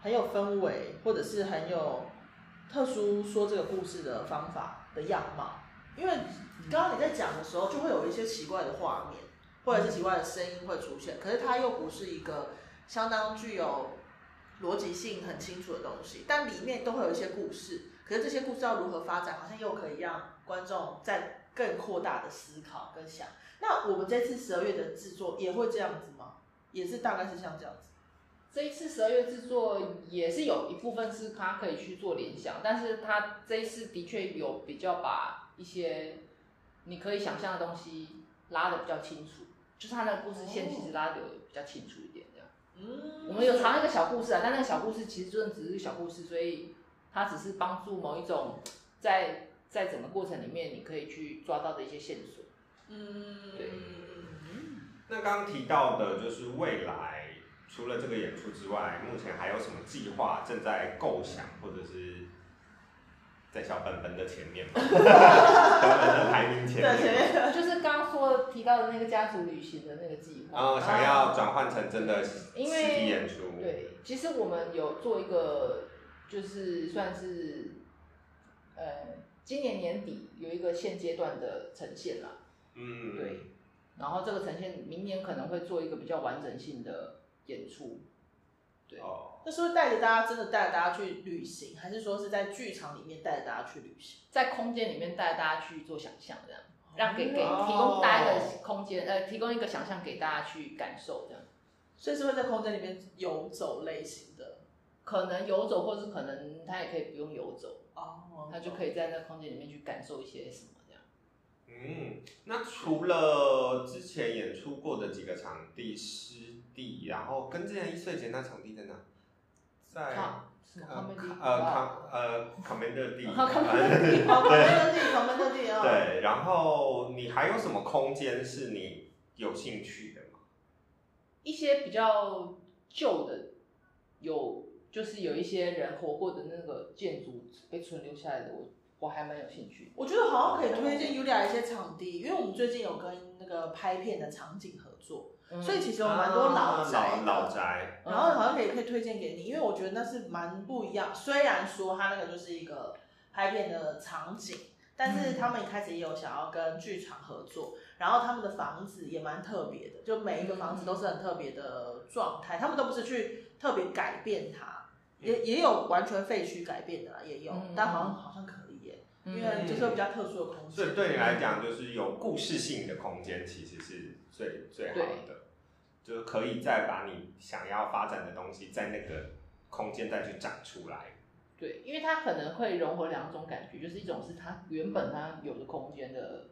很有氛围，或者是很有特殊说这个故事的方法的样貌。因为刚刚你在讲的时候，就会有一些奇怪的画面，或者是奇怪的声音会出现，可是它又不是一个相当具有逻辑性很清楚的东西，但里面都会有一些故事。可是这些故事要如何发展，好像又可以让观众在更扩大的思考跟想。那我们这次十二月的制作也会这样子吗？也是大概是像这样子。
这一次十二月制作也是有一部分是他可以去做联想，但是他这一次的确有比较把一些你可以想象的东西拉的比较清楚，就是他那个故事线其实拉的比较清楚一点这样。
嗯
我们有藏一个小故事啊，但那个小故事其实真的只是个小故事，所以它只是帮助某一种在在整个过程里面你可以去抓到的一些线索。
嗯
对
那刚刚提到的就是未来除了这个演出之外，目前还有什么计划正在构想，或者是在小本本的前面吗？小本本的排名前
对前
面。
面
就是刚刚说提到的那个家族旅行的那个计划，
然
啊
后哦呃想要转换成真的实体
因为
演出，
对，其实我们有做一个，就是算是，呃，今年年底有一个现阶段的呈现啦，
嗯，
对，然后这个呈现明年可能会做一个比较完整性的演出，对，
哦，
那是会带着大家真的带着大家去旅行，还是说是在剧场里面带着大家去旅行？
在空间里面带大家去做想象，这样让给给
哦
提供大家一个空间，呃，提供一个想象给大家去感受，这样
所以是会在空间里面游走类型的
可能游走，或是可能他也可以不用游走，
哦
他就可以在那空间里面去感受一些什么这样。
嗯，那除了之前演出过的几个场地湿地，然后跟之前一岁前那场地在哪？在
好，什么
呃
comedy
呃
club
康呃 commander 地，
哦，Commander
地
哦，旁边的地，旁边的地哦。
对，然后你还有什么空间是你有兴趣的吗？
一些比较旧的，有就是有一些人活过的那个建筑被存留下来的，我我还蛮有兴趣。
我觉得好像可以推荐 Yulia 一些场地，因为我们最近有跟那个拍片的场景合作，
嗯
所以其实有蛮多老宅
啊
的
老老宅，
然后好像可以可以推荐给你，因为我觉得那是蛮不一样。虽然说它那个就是一个拍片的场景，但是他们一开始也有想要跟剧场合作，然后他们的房子也蛮特别的，就每一个房子都是很特别的状态，他们都不是去特别改变它，也也有完全废墟改变的啦，也有
嗯，
但好像好像可以耶，因为就是有比较特殊的空
所以
间。
对你来讲就是有故事性的空间，其实是最最好的，就是可以再把你想要发展的东西在那个空间再去长出来。
对，因为它可能会融合两种感觉，就是一种是它原本它有的空间的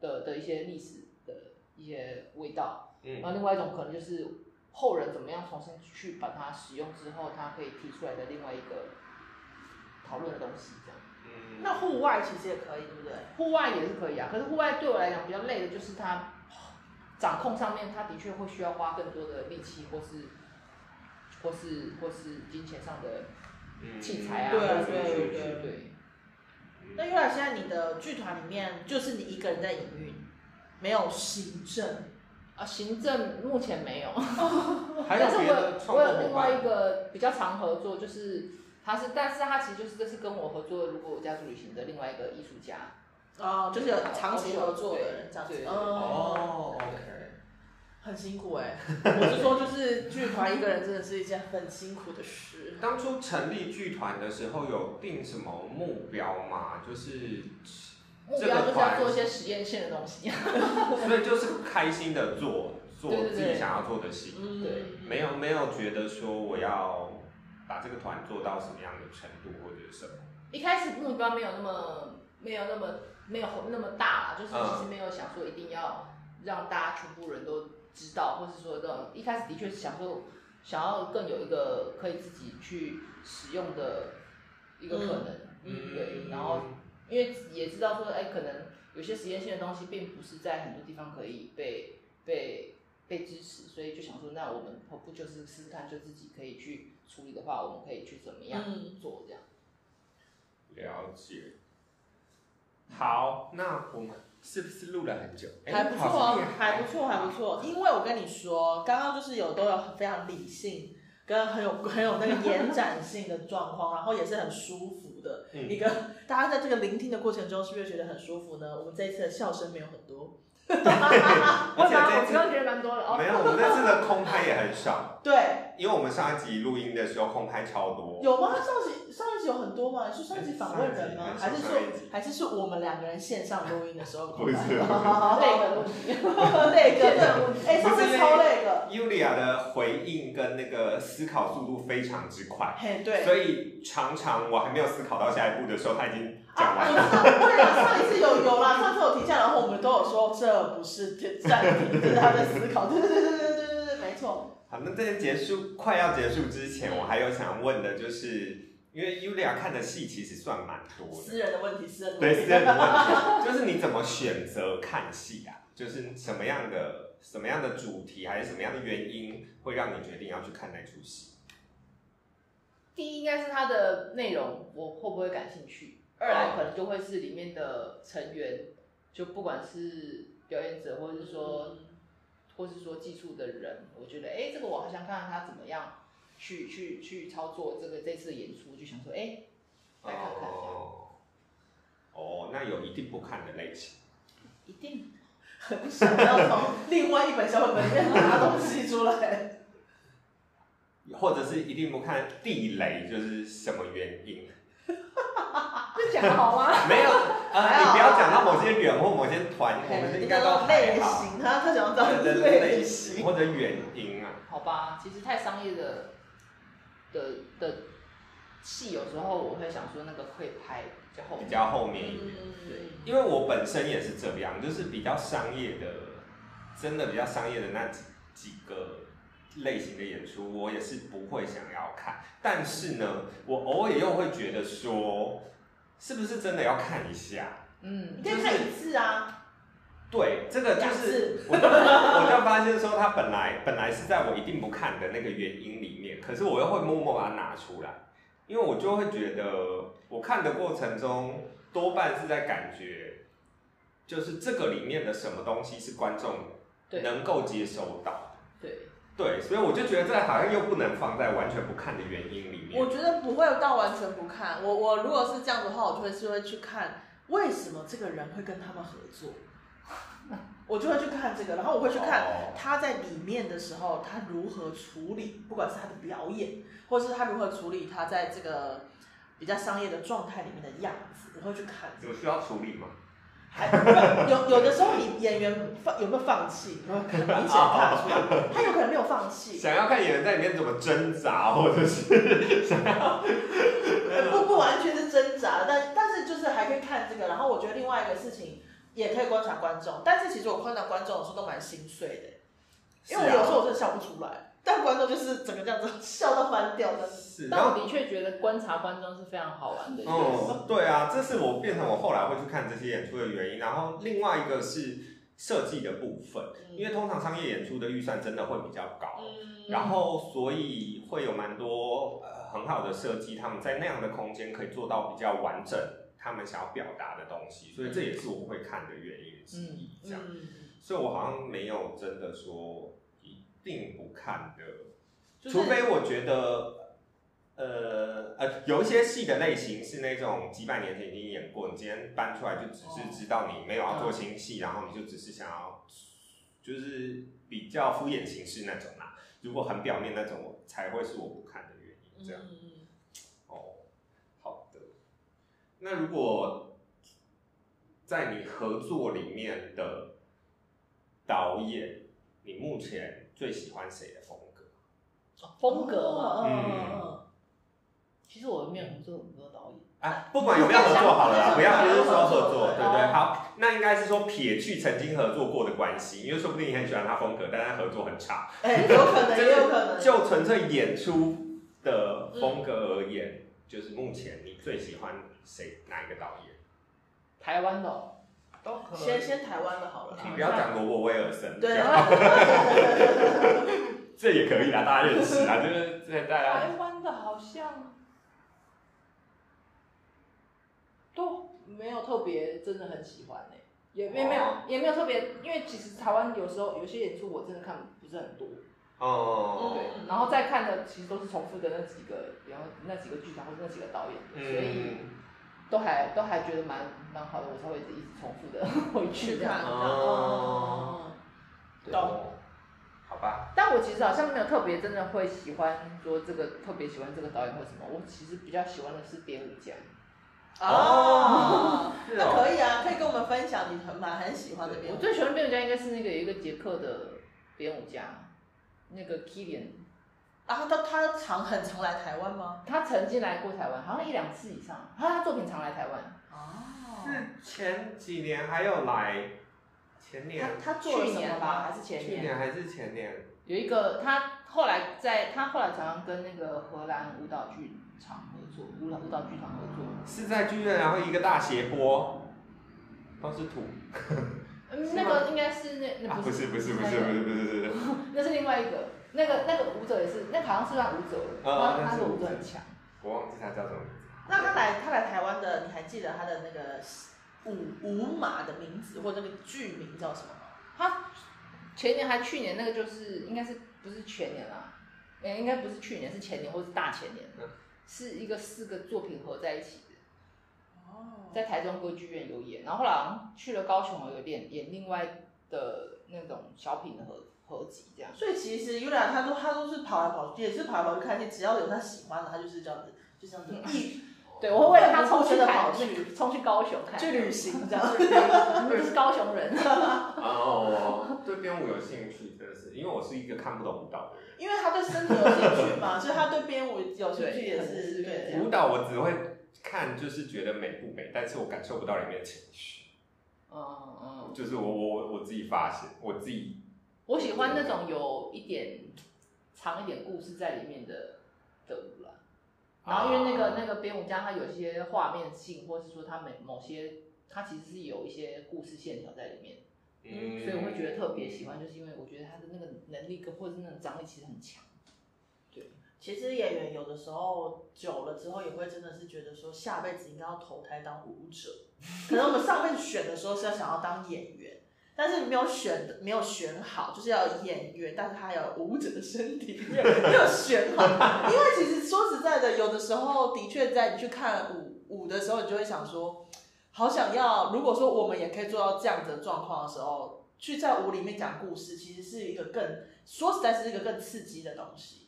的的一些历史的一些味道，
嗯
然后另外一种可能就是后人怎么样重新去把它使用之后，它可以提出来的另外一个讨论的东西，这样。
嗯
那户外其实也可以，对不对？
户外也是可以啊，可是户外对我来讲比较累的就是它掌控上面，它的确会需要花更多的力气，或是或是或是金钱上的
嗯
器材啊，
对啊
或是
对
去
对
去
对
对。
那
嗯
因为现在你的剧团里面就是你一个人在营运，没有行政，
啊，行政目前没有，
还
但是
有别
我
的
有
创
我
作
有
伙
另外一
伴，
个比较常合作，就是他是，但是他其实就是这是跟我合作，如果我家族旅行的另外一个艺术家，
哦，就是有长期合作的人
对
这样子
对，对
哦，
哦，OK。
很辛苦哎、我是说，就是剧团一个人真的是一件很辛苦的事。
当初成立剧团的时候有定什么目标吗？就是，
目
这
标
个
就是要
团
做一些实验性的东西。
所以就是开心的做做
对对对
自己想要做的事，
嗯，
对
没有没有觉得说我要把这个团做到什么样的程度或者是什么。
一开始目标没有那么没有那么没有那么大啦，就是其
嗯
实没有想说一定要让大家全部人都知道，或是说这种一开始的确是想说想要更有一个可以自己去使用的一个可能，
嗯
对，然后因为也知道说，哎，可能有些实验性的东西并不是在很多地方可以被被被支持，所以就想说，那我们何不就是试试看，就自己可以去处理的话，我们可以去怎么样
嗯
做这样。
嗯了解。好，那我们是不是录了很久？哎
还不错
好
哦
像也，
还不错，还不错。因为我跟你说，刚刚就是有都有非常理性，跟很有很有那个延展性的状况，然后也是很舒服的一个。大家在这个聆听的过程中，是不是觉得很舒服呢？我们这一次的笑声没有很多，
会吗？
而且这一
我
次
刚刚觉得蛮多的哦。
没有，我们这次的空拍也很少。
对，
因为我们上一集录音的时候空拍超多，
有吗？上集上一集有很多吗？是上一集访问人吗？还
上一
是
集
说
上一集
还是是我们两个人线上录音的时候
不是
那
累
个问题，
个累个，对，哎，上次超累个，
Yulia 的回应跟那个思考速度非常之快，
嘿，对。
所以常常我还没有思考到下一步的时候，他已经讲
啊，
完
有
了。
上对啊，上一次有有啦，上次有停下来，然后我们都有说这不是暂停，这是他在思考，对对对对对对对对，没错。
好，那在结束快要结束之前，我还有想问的就是，因为 Yulia 看的戏其实算蛮多的，
私人的问题，私人的
对
问题。
私人的问题，就是 你怎么选择看戏啊？就是什么样的什么样的主题，还是什么样的原因，会让你决定要去看那出戏？
第一应该是它的内容，我会不会感兴趣？二
哦
来可能就会是里面的成员，就不管是表演者，或者是说，
嗯
或是说技术的人，我觉得哎、诶这个我好想看看他怎么样去去去操作这个这次的演出，就想说哎、诶来看看这样，
哦，哦，那有一定不看的类型。
一定
很想要从另外一本小本本里面拿东西出来。
或者是一定不看地雷，就是什么原因？
这讲好吗？
没有，呃，
还
你
好
不要讲到某些人或某些
哎
团，我们应该都还
类
好。
型，他他想要找
对
类型。
或者原因啊，
好吧，其实太商业的的的戏，有时候我会想说那个可以拍比较后
比
面。
较后面一点。
嗯，
因为我本身也是这样，就是比较商业的，真的比较商业的那几几个类型的演出，我也是不会想要看。但是呢，我偶尔又会觉得说，是不是真的要看一下？
嗯
你，可以看一次啊，
对，这个就
两
是
次。
我就我就发现说，它本来本来是在我一定不看的那个原因里面，可是我又会默默把它拿出来，因为我就会觉得我看的过程中多半是在感觉，就是这个里面的什么东西是观众
对
能够接收到的，
对，
对，所以我就觉得这好像又不能放在完全不看的原因里
我
面。
觉得不会到完全不看。我我如果是这样的话，我就会是会去看为什么这个人会跟他们合作， 我就会去看这个，然后我会去看
哦
他在里面的时候他如何处理，不管是他的表演，或是他如何处理他在这个比较商业的状态里面的样子，我会去看。
有需要处理吗？
还不有有的时候你演员放有没有放弃，你会很明显看得出来，他有可能没有放弃。
想要看演员在里面怎么挣扎，或者是想要
呃 不不完全是挣扎，但但是就是还可以看这个。然后我觉得另外一个事情也可以观察观众，但是其实我观察观众的时候都蛮心碎的，因为我有时候我真的笑不出来，但观众就是整个这样子 笑到翻掉的。
是啊，是然
但
后
我的确觉得观察观众是非常好玩的一件事。
哦，对啊，这是我变成我后来会去看这些演出的原因。然后另外一个是设计的部分，因为通常商业演出的预算真的会比较高，
嗯
然后所以会有蛮多呃很好的设计，他们在那样的空间可以做到比较完整，他们想要表达的东西，所以这也是我会看的原因之一。这样，
嗯，
所以我好像没有真的说一定不看的
就是
除非我觉得，呃呃，有一些戏的类型是那种几百年前已经演过，你今天搬出来就只是知道你没有要做新
嗯
戏，然后你就只是想要，就是比较敷衍形式那种啦。如果很表面那种，我才会是我不看的原因。这样、
嗯
哦，好的。那如果在你合作里面的导演，你目前最喜欢谁的风格？
风格嘛，
哦嗯
其实我没有合作很多导演，
啊，不管有没有合作好了啦，不要不是说合作，对不对？
哦
好，那应该是说撇去曾经合作过的关系，因为说不定你很喜欢他风格，但他合作很差。
哎，有可 能，也有可能。
就纯粹演出的风格而言，就是目前你最喜欢谁哪一个导演？
台湾的哦都可
先先台湾的好了啦。
你不要讲罗伯威尔森，
对啊
这 样，这也可以啦，大家认识啦，就是在大家
台湾的好像都没有特别真的很喜欢呢、也也没有
哦
也没有特别，因为其实台湾有时候有些演出我真的看不是很多，
哦，
对，然后再看的其实都是重复的那几个，然后那几个剧团或者那几个导演的，所以
嗯，
都还都还觉得蛮蛮好的，我才会一直重复的 回去
去
这样
看。
哦
哦，
对
懂
好吧，
但我其实好像没有特别真的会喜欢说这个特别喜欢这个导演或什么，我其实比较喜欢的是蝙蝠侠。
哦，
是
那
哦，
可以啊，可以跟我们分享你很蛮很喜欢的蝙
我
蝠
最喜欢的蝙蝠侠应该是那个有一个捷克的蝙蝠侠，那个 Killian，
然后他他常很常来台湾吗？
他曾经来过台湾，好像一两次以上，他他作品常来台湾。
哦，
是前几年还有来，前年
他、他做了
去
什么
年吧
吗？
还是前
去
年？
年还是前年，
有一个他后来在他后来常常跟那个荷兰舞蹈剧场合作，舞蹈舞蹈剧场合作。
是在剧院，然后一个大斜坡，都是土，
嗯，
是
那
吗
个应该是那那
啊，
不
不
是
是不是不是不是不是不是，
那是另外一个，那个那个舞者也是，那个好像是算舞者了，
啊
他
那
他
是
的舞
舞
者
者
很强。
我忘记他叫什么名字，
那他来他来台湾的，你还记得他的那个舞舞马的名字或者那个剧名叫什么吗？
他前年还去年那个就是应该是不是前年啦？哎、应该不是去年，是前年或是大前年，
嗯
是一个四个作品合在一起的，
哦，
在台中歌剧院有演，然后后来好像去了高雄有演演另外的那种小品的合合集这样。
所以其实 Yura 他都他都是跑来跑去，也是跑来跑去看见，只要有他喜欢的，他就是这样子，就这样子 一
哦
对，我会为了他
不
冲
顾
去
地
台
跑去，
冲去高雄看，
就旅行这样。
我们都是高 雄人。嗯
哦，对编舞有兴趣，真的是，因为我是一个看不懂舞蹈的人，
因为他对身体有兴趣嘛，所以他对编舞有兴
对
趣也
可能是
是对
这
这
样
样。
舞蹈我只会看，就是觉得美不美，但是我感受不到里面的情绪，
嗯嗯，
就是我我我我自己发现，我自己
我喜欢那种有一点藏一点故事在里面的的舞啦。
啊
然后因为那个
哦
那个编舞家，他有些画面性，或是说他每某些，他其实是有一些故事线条在里面，
嗯
所以我会觉得特别喜欢，就是因为我觉得他的那个能力跟或者是那种张力其实很强。
其实演员有的时候久了之后，也会真的是觉得说下辈子应该要投胎当舞者。可能我们上辈子选的时候是要想要当演员，但是没有选没有选好，就是要有演员，但是他有舞者的身体，没有没有选好。因为其实说实在的，有的时候的确在你去看舞舞的时候，你就会想说，好想要。如果说我们也可以做到这样子的状况的时候，去在舞里面讲故事，其实是一个更说实在是一个更刺激的东西。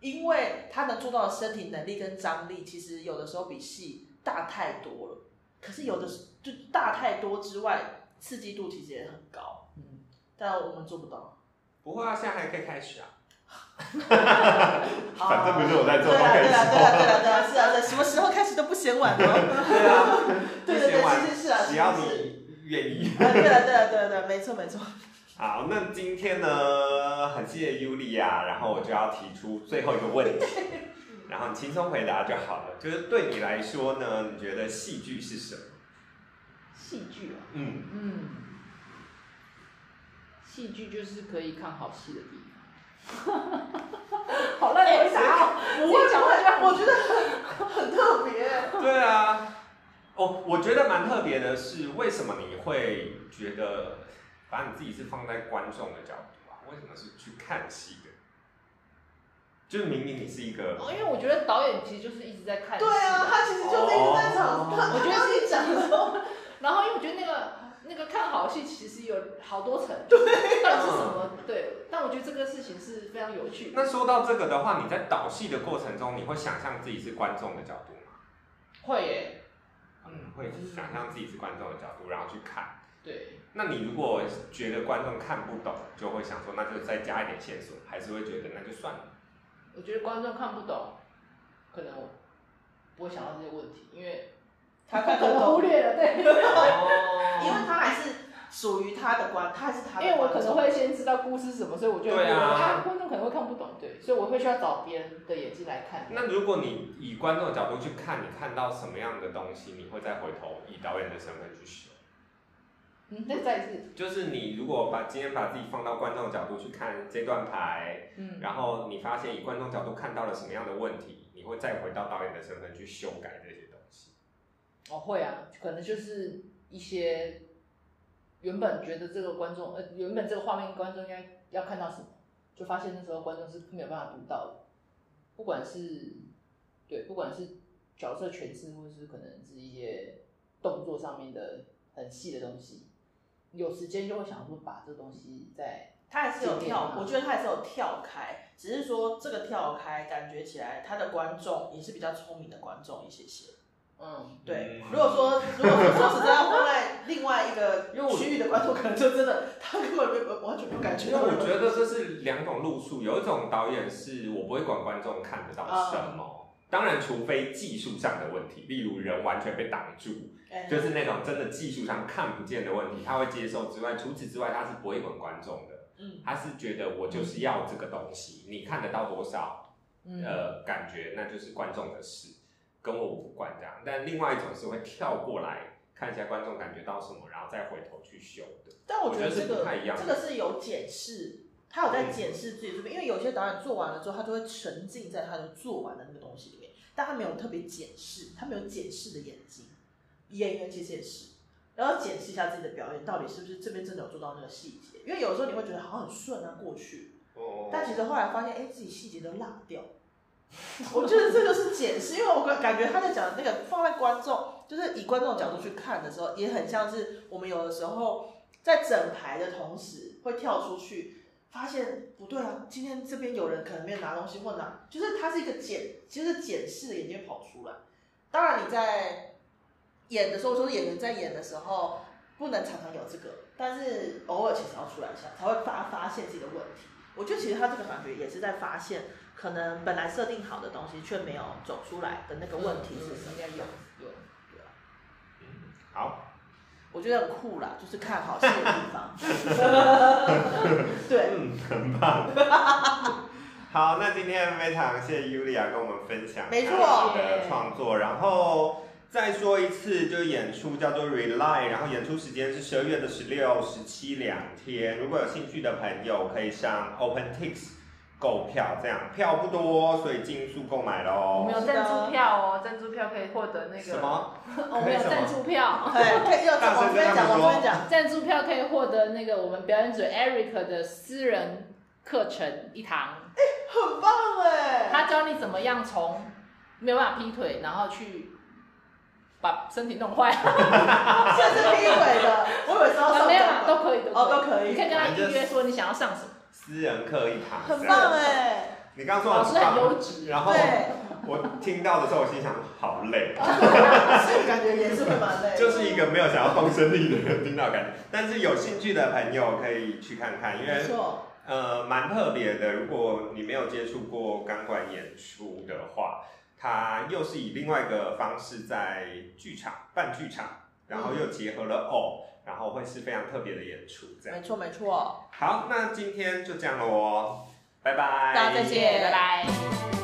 因为他能做到的身体能力跟张力，其实有的时候比戏大太多了。可是有的时就大太多之外，刺激度其实也很高，
嗯，
但我们做不到。
不会啊，现在还可以开始啊，
啊
反正不是我在做
对啊，对啊，对啊，
podcast
对啊，对啊，是啊，对啊，什么时候开始都不嫌 晚哦。
对
对
啊，
对
不嫌晚
对，其实是啊，
只要
其实是。
你愿意。
啊，对啊，对啊，对啊，对啊，没错，没错。
好，那今天呢，很谢谢尤利亚，然后我就要提出最后一个问题，然后你轻松回答就好了。就是对你来说呢，你觉得戏剧是什么？
戏剧啊，
嗯，
嗯，戏剧就是可以看好戏的地方。 好烂的回答哦！
我
自己讲
我
话就很
觉得很很特别。
对啊。哦，我觉得蛮特别的是，为什么你会觉得把你自己是放在观众的角度啊？为什么是去看戏的？就是明明你是一个
哦因为我觉得 导演其实就是一直在看戏。
对啊，他其实就是一直在场，
哦
他
我觉得
他自己讲的时候，
然后因为我觉得那个那个看好戏其实有好多层，对，到底是什么？对，但我觉得这个事情是非常有趣的。
那说到这个的话，你在导戏的过程中，你会想象自己是观众的角度吗？
会耶，
嗯，会想象自己是观众的角度，然后去看。
对，
那你如果觉得观众看不懂，就会想说，那就再加一点线索，还是会觉得那就算了。
我觉得观众看不懂，可能我不会想到这些问题，因为
他看
可
得
能忽
懂，
略了，对，
因为
哦，
他还是属于他的观，他还是他的观众。
因为我可能会先知道故事是什么，所以我就会
对啊
观众可能会看不懂，对，所以我会需要找别人的眼睛来看。
那如果你以观众的角度去看，你看到什么样的东西，你会再回头以导演的身份去修。
嗯，再再一次，
就是你如果把今天把自己放到观众的角度去看这段牌，
嗯，
然后你发现以观众角度看到了什么样的问题，你会再回到导演的身份去修改这些东西。
哦，会啊，可能就是一些原本觉得这个观众，呃，原本这个画面观众应该要看到什么，就发现那时候观众是没有办法读到的，不管是对，不管是角色诠释，或是可能是一些动作上面的很细的东西，有时间就会想说把这东西再
他还是有
经典
跳
啊，
我觉得他还是有跳开，只是说这个跳开感觉起来，他的观众也是比较聪明的观众一些些。
嗯，
对
嗯，
如果说如果说实在要放在另外一个
因为我
区域的观众，可能就真的他根本没有完全没有感觉
因为
到。
啊我觉得这是两种路数，有一种导演是我不会管观众看得到什么，当然除非技术上的问题，例如人完全被挡住，
哎
就是那种真的技术上看不见的问题，他会接受之外，除此之外他是不会管观众的，
嗯
他是觉得我就是要这个东西，你看得到多少，
嗯
呃，感觉那就是观众的事，跟我无关这样。但另外一种是会跳过来看一下观众感觉到什么，然后再回头去修的。
但我觉得
我觉得
这
是
个
不太一样
这个是有检视，他有在检视自己作品，因为有些导演做完了之后，他就会沉浸在他的做完的那个东西里面，但他没有特别检视，他没有检视的眼睛。演员其实也是，然后检视一下自己的表演到底是不是这边真的有做到那个细节，因为有时候你会觉得好像很顺啊过去，
哦
但其实后来发现，哎、自己细节都落掉。我觉得这个是解释，因为我感感觉他在讲的那个放在观众，就是以观众的角度去看的时候，也很像是我们有的时候在整排的同时会跳出去，发现不对啊，今天这边有人可能没有拿东西或拿，就是它是一个检，就是检视的眼睛跑出来。当然你在演的时候，就是演员在演的时候，不能常常有这个，但是偶尔其实要出来一下，才会发发现自己的问题。我觉得其实他这个感觉也是在发现，可能本来设定好的东西却没有走出来的那个问题是什
应
么。
该有有。
嗯好。
我觉得很酷啦，就是看好戏的地方。对，
嗯，很棒。好，那今天非常谢谢 Yulia 跟我们分享
没错
她的创作，然后再说一次，就演出叫做 Rely，然后演出时间是十二月的十六、十七两天。如果有兴趣的朋友，可以上 OpenTix 购票，这样票不多，所以尽速购买
我
喽
们。有赞助票哦，赞助票可以获得那个
什？么？
我们有赞助票，
哎，可以要往这边讲，往这边讲。
赞助票可以获得那个我们表演者 Eric 的私人课程一堂，
很棒哎、
他教你怎么样从没有办法劈腿，然后去把身体 弄坏，
现在是劈腿的，我以为是要上
没有
架
啊，都可以，都
哦，都
可
可
以。你
以
可，以跟他预约说你想要上什么，
私人课一堂，
很
这样
棒哎、
你刚刚说
老师很优
棒，
质，
然后
对，
我听到的时候，我心想好累。
所以感觉也是会蛮累的。
就是一个没有想要放生力的人听到感觉，但是有兴趣的朋友可以去看看，因
没
为
错，
呃蛮特别的。如果你没有接触过钢管演出的话，它又是以另外一个方式在剧场办剧场，然后又结合了偶，然后会是非常特别的演出。这样
没错，没错。
好，那今天就这样了哦，拜拜，
大家再见
拜拜。